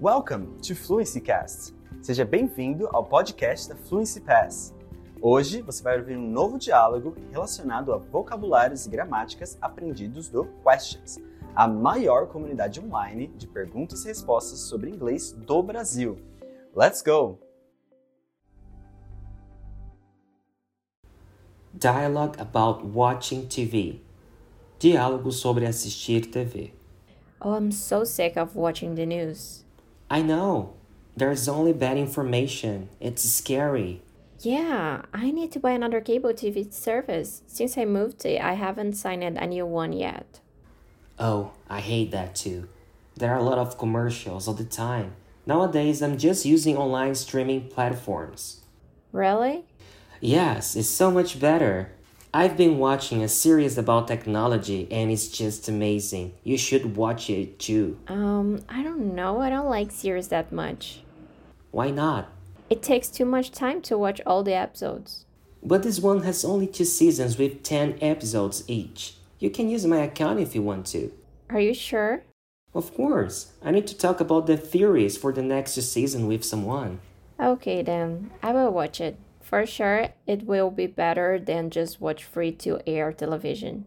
Welcome to Fluency Cast. Seja bem-vindo ao podcast da Fluency Pass. Hoje você vai ouvir um novo diálogo relacionado a vocabulários e gramáticas aprendidos do Questions, a maior comunidade online de perguntas e respostas sobre inglês do Brasil. Let's go! Dialogue about watching TV. Diálogo sobre assistir TV. Oh, I'm so sick of watching the news. I know. There's only bad information. It's scary. Yeah, I need to buy another cable TV service. Since I moved here, I haven't signed a new one yet. Oh, I hate that too. There are a lot of commercials all the time. Nowadays, I'm just using online streaming platforms. Really? Yes, it's so much better. I've been watching a series about technology and it's just amazing. You should watch it too. Um, I don't know. I don't like series that much. Why not? It takes too much time to watch all the episodes. But this one has only two seasons with 10 episodes each. You can use my account if you want to. Are you sure? Of course, I need to talk about the theories for the next season with someone. Okay, then. I will watch it. For sure, it will be better than just watch free to air television.